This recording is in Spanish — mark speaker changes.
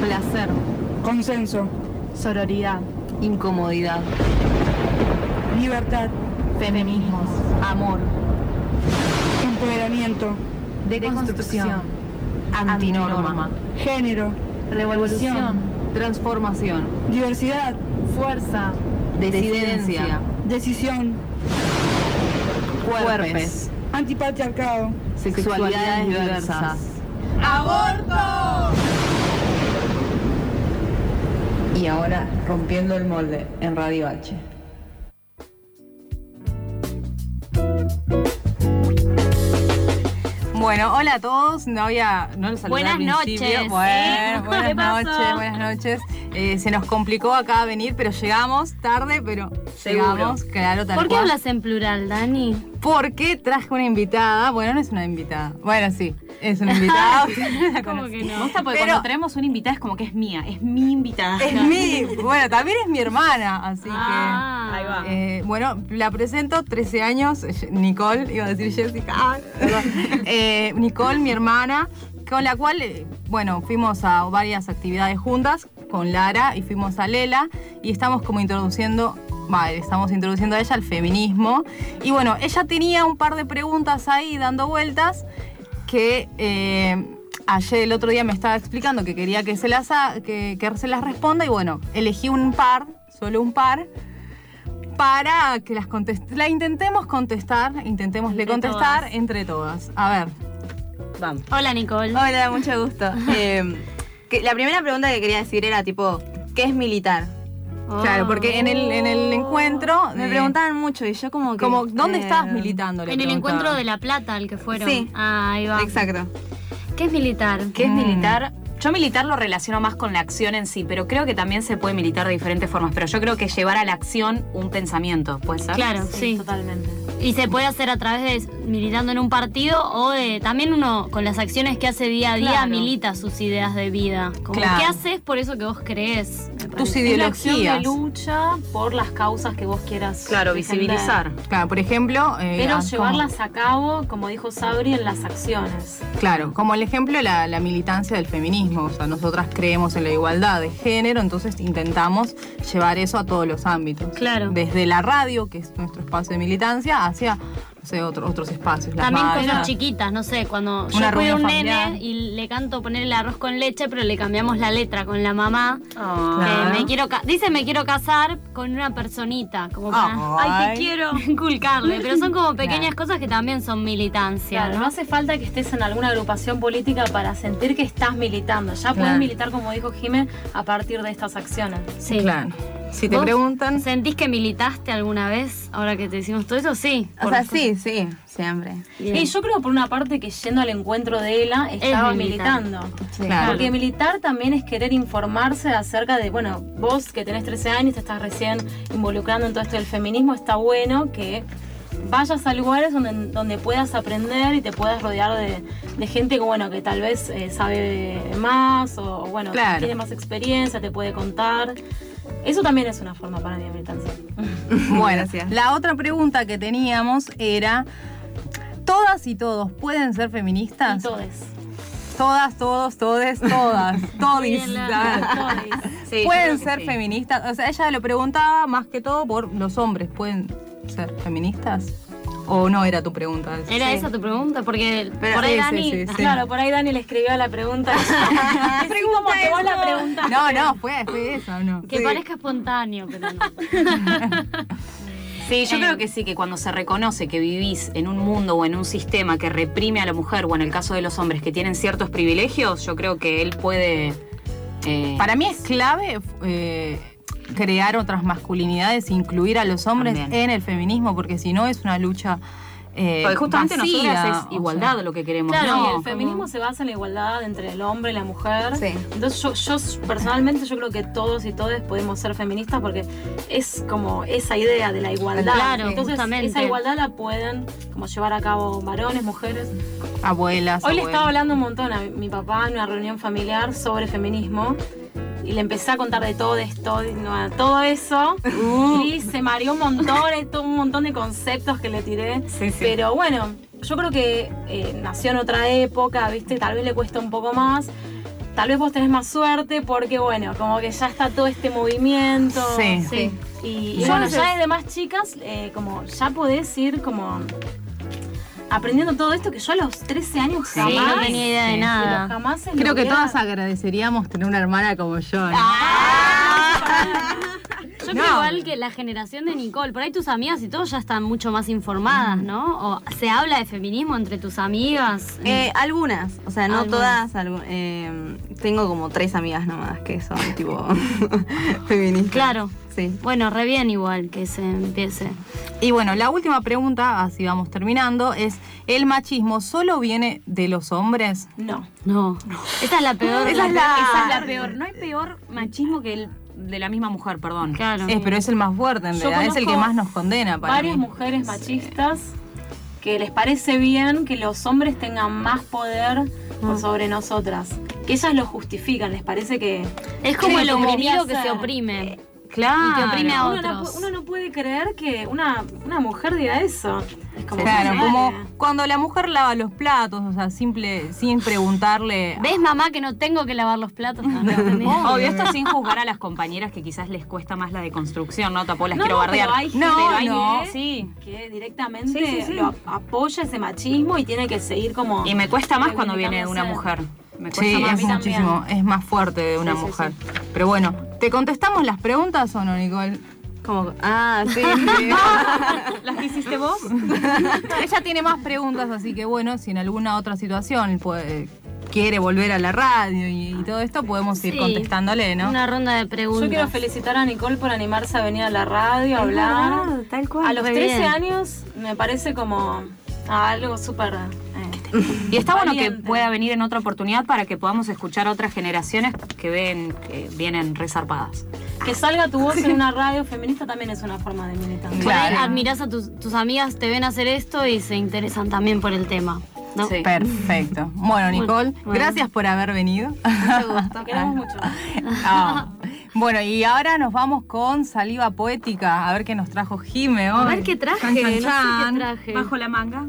Speaker 1: Placer.
Speaker 2: Consenso.
Speaker 1: Sororidad.
Speaker 3: Incomodidad.
Speaker 2: Libertad.
Speaker 1: Feminismos. Amor.
Speaker 2: Empoderamiento.
Speaker 1: Deconstrucción.
Speaker 3: Antinorma.
Speaker 2: Género.
Speaker 1: Revolución.
Speaker 3: Transformación.
Speaker 2: Diversidad.
Speaker 1: Fuerza.
Speaker 3: Decidencia.
Speaker 2: Decisión.
Speaker 3: Cuerpes.
Speaker 2: Antipatriarcado.
Speaker 3: Sexualidades diversas.
Speaker 4: Y ahora, rompiendo el molde en Radio H.
Speaker 3: Bueno, hola a todos. No había, no los saludé al
Speaker 5: Buenas
Speaker 3: principio.
Speaker 5: noches,
Speaker 3: Bueno,
Speaker 5: ¿eh?
Speaker 3: buenas
Speaker 5: ¿Qué pasó?
Speaker 3: noches, buenas noches. Eh, se nos complicó acá venir, pero llegamos tarde, pero
Speaker 4: Seguro.
Speaker 3: llegamos, claro, tal
Speaker 5: ¿Por qué
Speaker 3: cual.
Speaker 5: hablas en plural, Dani?
Speaker 3: Porque traje una invitada. Bueno, no es una invitada. Bueno, sí, es una invitada. Ustedes la
Speaker 5: ¿Cómo que
Speaker 3: conocen.
Speaker 5: no?
Speaker 6: Me gusta porque
Speaker 3: Pero-
Speaker 6: cuando traemos una invitada es como que es mía, es mi invitada.
Speaker 3: Es mi, bueno, también es mi hermana, así que.
Speaker 5: Ah,
Speaker 6: Ahí va.
Speaker 3: Eh, bueno, la presento, 13 años, Ye- Nicole, iba a decir Jessica. ah, perdón. Eh, Nicole, mi hermana, con la cual, eh, bueno, fuimos a varias actividades juntas con Lara y fuimos a Lela y estamos como introduciendo, vale, estamos introduciendo a ella al feminismo. Y bueno, ella tenía un par de preguntas ahí dando vueltas que eh, ayer el otro día me estaba explicando que quería que se las, ha- que, que se las responda y bueno, elegí un par, solo un par, para que las contest- la intentemos contestar, intentémosle
Speaker 5: Entre
Speaker 3: contestar
Speaker 5: todas.
Speaker 3: entre todas. A ver,
Speaker 4: Vamos.
Speaker 5: Hola, Nicole.
Speaker 4: Hola, mucho gusto. Eh, que- la primera pregunta que quería decir era tipo, ¿qué es militar?
Speaker 5: Oh.
Speaker 3: claro, porque en el, en el encuentro...
Speaker 4: Me
Speaker 3: eh,
Speaker 4: preguntaban mucho y yo como que...
Speaker 3: Como, ¿dónde
Speaker 4: eh,
Speaker 3: estabas militando? Le
Speaker 5: En el
Speaker 3: preguntaba.
Speaker 5: encuentro de La Plata al que fueron.
Speaker 4: Sí.
Speaker 5: Ah, ahí va.
Speaker 4: Exacto.
Speaker 5: ¿Qué es militar?
Speaker 6: ¿Qué es
Speaker 3: Mm.
Speaker 6: militar? Yo militar lo relaciono más con la acción en sí, pero creo que también se puede militar de diferentes formas. Pero yo creo que llevar a la acción un pensamiento, ¿puede ser?
Speaker 5: Claro, sí.
Speaker 1: Totalmente.
Speaker 5: Y se puede hacer a través de militando en un partido o de también uno con las acciones que hace día a día
Speaker 6: Claro.
Speaker 5: milita sus ideas de vida. Como
Speaker 3: Claro.
Speaker 5: qué haces por eso que vos crees. Me
Speaker 3: Tus
Speaker 5: parece.
Speaker 6: Es la acción de
Speaker 3: ideologías.
Speaker 6: lucha por las causas que vos quieras.
Speaker 4: Claro,
Speaker 6: defender.
Speaker 4: visibilizar.
Speaker 3: Claro, por ejemplo... eh,
Speaker 1: Pero
Speaker 3: ah,
Speaker 1: llevarlas a cabo, como dijo Sabri, en las acciones.
Speaker 3: Claro, como el ejemplo, la, la militancia del feminismo. O sea, nosotras creemos en la igualdad de género, entonces intentamos llevar eso a todos los ámbitos.
Speaker 5: Claro.
Speaker 3: Desde la radio, que es nuestro espacio de militancia, hacia no sé, otro- otros espacios. las
Speaker 5: También
Speaker 3: marchas.
Speaker 5: cosas chiquitas, no sé, cuando yo
Speaker 3: Una reunión
Speaker 5: cuido un
Speaker 3: familiar.
Speaker 5: nene y le canto poner el arroz con leche, pero le cambiamos la letra con la mamá.
Speaker 6: Ah.
Speaker 5: que
Speaker 3: Claro.
Speaker 5: me quiero ca- dice me quiero casar con una personita, como para
Speaker 3: Ay.
Speaker 5: quiero inculcarle, pero son como pequeñas cosas que también son militancia,
Speaker 1: Claro, no
Speaker 5: ¿no?
Speaker 1: hace falta que estés en alguna agrupación política para sentir que estás militando. Ya
Speaker 3: Claro.
Speaker 1: puedes militar, como dijo Jiménez, a partir de estas acciones.
Speaker 5: Sí.
Speaker 3: Claro. Si te
Speaker 5: ¿Vos?
Speaker 3: preguntan,
Speaker 5: ¿Sentís que militaste alguna vez? Ahora que te decimos todo eso, sí.
Speaker 4: O sea, sí, sí, siempre.
Speaker 1: Y yo creo por una parte que yendo al encuentro de ELA estaba
Speaker 5: militar.
Speaker 1: militando.
Speaker 3: Claro.
Speaker 1: Porque militar también es querer informarse acerca de, bueno, vos que tenés 13 años, te estás recién involucrando en todo esto del feminismo, está bueno que vayas a lugares donde, donde puedas aprender y te puedas rodear de, de gente que, bueno, que tal vez eh, sabe más o, bueno,
Speaker 3: Claro.
Speaker 1: tiene más experiencia, te puede contar. Eso también es una forma para mí de militancia.
Speaker 3: Bueno,
Speaker 4: Gracias.
Speaker 3: la otra pregunta que teníamos era: ¿todas y todos pueden ser
Speaker 1: Y
Speaker 3: feministas?
Speaker 1: todes.
Speaker 3: Todas, todos, todes, todas, todis.
Speaker 5: Bien,
Speaker 3: la-
Speaker 4: Sí, yo creo
Speaker 3: pueden
Speaker 4: que
Speaker 3: ser
Speaker 4: sí.
Speaker 3: feministas. O sea, ella lo preguntaba más que todo por los hombres. ¿Pueden ser feministas? ¿O no era tu pregunta? esa?
Speaker 5: ¿Era esa tu pregunta? Porque
Speaker 3: Pero-
Speaker 5: por ahí
Speaker 3: sí, sí,
Speaker 5: Dani.
Speaker 3: sí, sí.
Speaker 1: Claro, por ahí Dani le escribió la pregunta. Así como que vos la preguntaste.
Speaker 3: No, no, fue, fue eso, ¿no?
Speaker 5: Que parezca espontáneo, pero no.
Speaker 6: Sí, yo
Speaker 5: Eh.
Speaker 6: creo que sí, que cuando se reconoce que vivís en un mundo o en un sistema que reprime a la mujer, o en el caso de los hombres que tienen ciertos privilegios, yo creo que él puede. eh,
Speaker 3: Para mí es clave eh, crear otras masculinidades, incluir a los hombres
Speaker 6: También.
Speaker 3: en el feminismo, porque si no es una lucha. Eh,
Speaker 6: porque justamente
Speaker 3: vacía,
Speaker 6: nosotras
Speaker 3: o
Speaker 6: es igualdad lo que queremos,
Speaker 1: No,
Speaker 5: Claro,
Speaker 6: ¿no?
Speaker 1: y el feminismo se basa en la igualdad entre el hombre y la mujer.
Speaker 4: Sí.
Speaker 1: Entonces yo, yo personalmente yo creo que todos y todas podemos ser feministas porque es como esa idea de la igualdad.
Speaker 5: Claro,
Speaker 1: Entonces
Speaker 5: justamente.
Speaker 1: esa igualdad la pueden como llevar a cabo varones, mujeres.
Speaker 3: sea, abuelas.
Speaker 1: Hoy le
Speaker 3: abuelos.
Speaker 1: estaba hablando un montón a mi- mi papá en una reunión familiar sobre feminismo. Y le empecé a contar de todo esto, de- no, todo eso.
Speaker 6: Uh.
Speaker 1: Y se mareó un montón, eh, todo un montón de conceptos que le tiré.
Speaker 6: Sí, sí.
Speaker 1: Pero bueno, yo creo que eh, nació en otra época, ¿viste? Tal vez le cuesta un poco más. Tal vez vos tenés más suerte porque, bueno, como que ya está todo este movimiento.
Speaker 3: Sí.
Speaker 5: Sí.
Speaker 1: Y, y
Speaker 5: Yo
Speaker 1: bueno,
Speaker 5: no sé.
Speaker 1: ya desde más chicas, eh, como ya podés ir como aprendiendo todo esto que yo a los 13 años
Speaker 5: Sí,
Speaker 1: jamás.
Speaker 5: no tenía idea de
Speaker 1: pero
Speaker 5: nada.
Speaker 1: jamás se
Speaker 3: Creo
Speaker 1: lo
Speaker 3: que
Speaker 1: hubiera-
Speaker 3: todas agradeceríamos tener una hermana como yo. ¿no?
Speaker 5: Yo
Speaker 3: No.
Speaker 5: creo igual que la generación de Nicole, por ahí tus amigas y todo ya están mucho más informadas, ¿no? O se habla de feminismo entre tus amigas.
Speaker 4: Eh, algunas, o sea, no
Speaker 5: Algunas.
Speaker 4: todas. algu- eh, tengo como tres amigas nomás que son tipo feministas.
Speaker 5: Eh, Claro.
Speaker 4: Sí.
Speaker 5: Bueno, re bien igual que se empiece.
Speaker 3: Y bueno, la última pregunta, así vamos terminando, es ¿el machismo solo viene de los hombres?
Speaker 1: No. Ah,
Speaker 5: No. Esa es la peor.
Speaker 3: Esa es la-
Speaker 6: Esa es la peor. No hay peor machismo que el de la misma mujer, perdón.
Speaker 5: Claro.
Speaker 3: Es, pero es el más fuerte, en
Speaker 1: Yo
Speaker 3: realidad, es el que
Speaker 1: conozco
Speaker 3: más nos condena. Para
Speaker 1: Varias
Speaker 3: mí.
Speaker 1: mujeres machistas que les parece bien que los hombres tengan más poder por sobre nosotras. Que ellas lo justifican, les parece que.
Speaker 5: Es como
Speaker 1: Sí,
Speaker 5: el
Speaker 1: como
Speaker 5: oprimido que
Speaker 1: debería
Speaker 5: se
Speaker 1: ser.
Speaker 5: oprime.
Speaker 6: Claro.
Speaker 5: Y te oprime a
Speaker 1: Uno no,
Speaker 5: otros.
Speaker 1: pu- uno no puede creer que una, una mujer diga eso. Es como.
Speaker 3: Claro,
Speaker 1: "Dale".
Speaker 3: como cuando la mujer lava los platos, o sea, simple, sin preguntarle.
Speaker 5: ¿Ves, mamá, que no tengo que lavar los platos? No, no entendí.
Speaker 6: Obvio, esto sin juzgar a las compañeras que quizás les cuesta más la deconstrucción, ¿no? Tampoco las
Speaker 1: No,
Speaker 6: quiero
Speaker 1: no,
Speaker 6: bardear.
Speaker 1: pero hay
Speaker 3: No,
Speaker 1: gente
Speaker 3: hay- no.
Speaker 1: que-
Speaker 6: Sí.
Speaker 1: que directamente
Speaker 6: Sí, sí, sí.
Speaker 1: lo ap- apoya ese machismo y tiene que seguir como.
Speaker 6: Y me cuesta más cuando viene de una
Speaker 1: Reivindicando
Speaker 6: mujer. Me cuesta
Speaker 3: Sí,
Speaker 1: a
Speaker 6: más.
Speaker 3: es
Speaker 1: mí también.
Speaker 3: muchísimo, es más fuerte de una
Speaker 1: Sí, sí,
Speaker 3: mujer. Pero bueno, ¿te contestamos las preguntas o no, Nicole?
Speaker 4: Como, ah, sí.
Speaker 6: ¿Las que hiciste vos?
Speaker 3: Ella tiene más preguntas, así que bueno, si en alguna otra situación puede- quiere volver a la radio y, y todo esto, podemos ir
Speaker 5: Sí.
Speaker 3: contestándole, ¿no?
Speaker 5: Una ronda de preguntas.
Speaker 1: Yo quiero felicitar a Nicole por animarse a venir a la radio a hablar.
Speaker 4: tal cual.
Speaker 1: A los
Speaker 5: re
Speaker 1: 13
Speaker 5: bien.
Speaker 1: años me parece como ah, algo súper. eh,
Speaker 6: Y está bueno que
Speaker 1: Valiente.
Speaker 6: pueda venir en otra oportunidad para que podamos escuchar a otras generaciones que ven que vienen resarpadas.
Speaker 1: que salga tu voz en una radio feminista también es una forma de militar.
Speaker 5: Por ahí
Speaker 3: Claro.
Speaker 5: admirás a tus, tus amigas, te ven hacer esto y se interesan también por el tema. ¿no?
Speaker 6: Sí.
Speaker 3: Perfecto. Bueno, Nicole,
Speaker 5: bueno.
Speaker 3: gracias por haber venido.
Speaker 1: Te queremos mucho.
Speaker 3: Ah. Bueno, y ahora nos vamos con saliva poética, a ver qué nos trajo Jime hoy.
Speaker 5: A ver qué traje,
Speaker 3: Chan, chan,
Speaker 5: no sé qué
Speaker 3: chan.
Speaker 5: traje.
Speaker 6: Bajo la manga.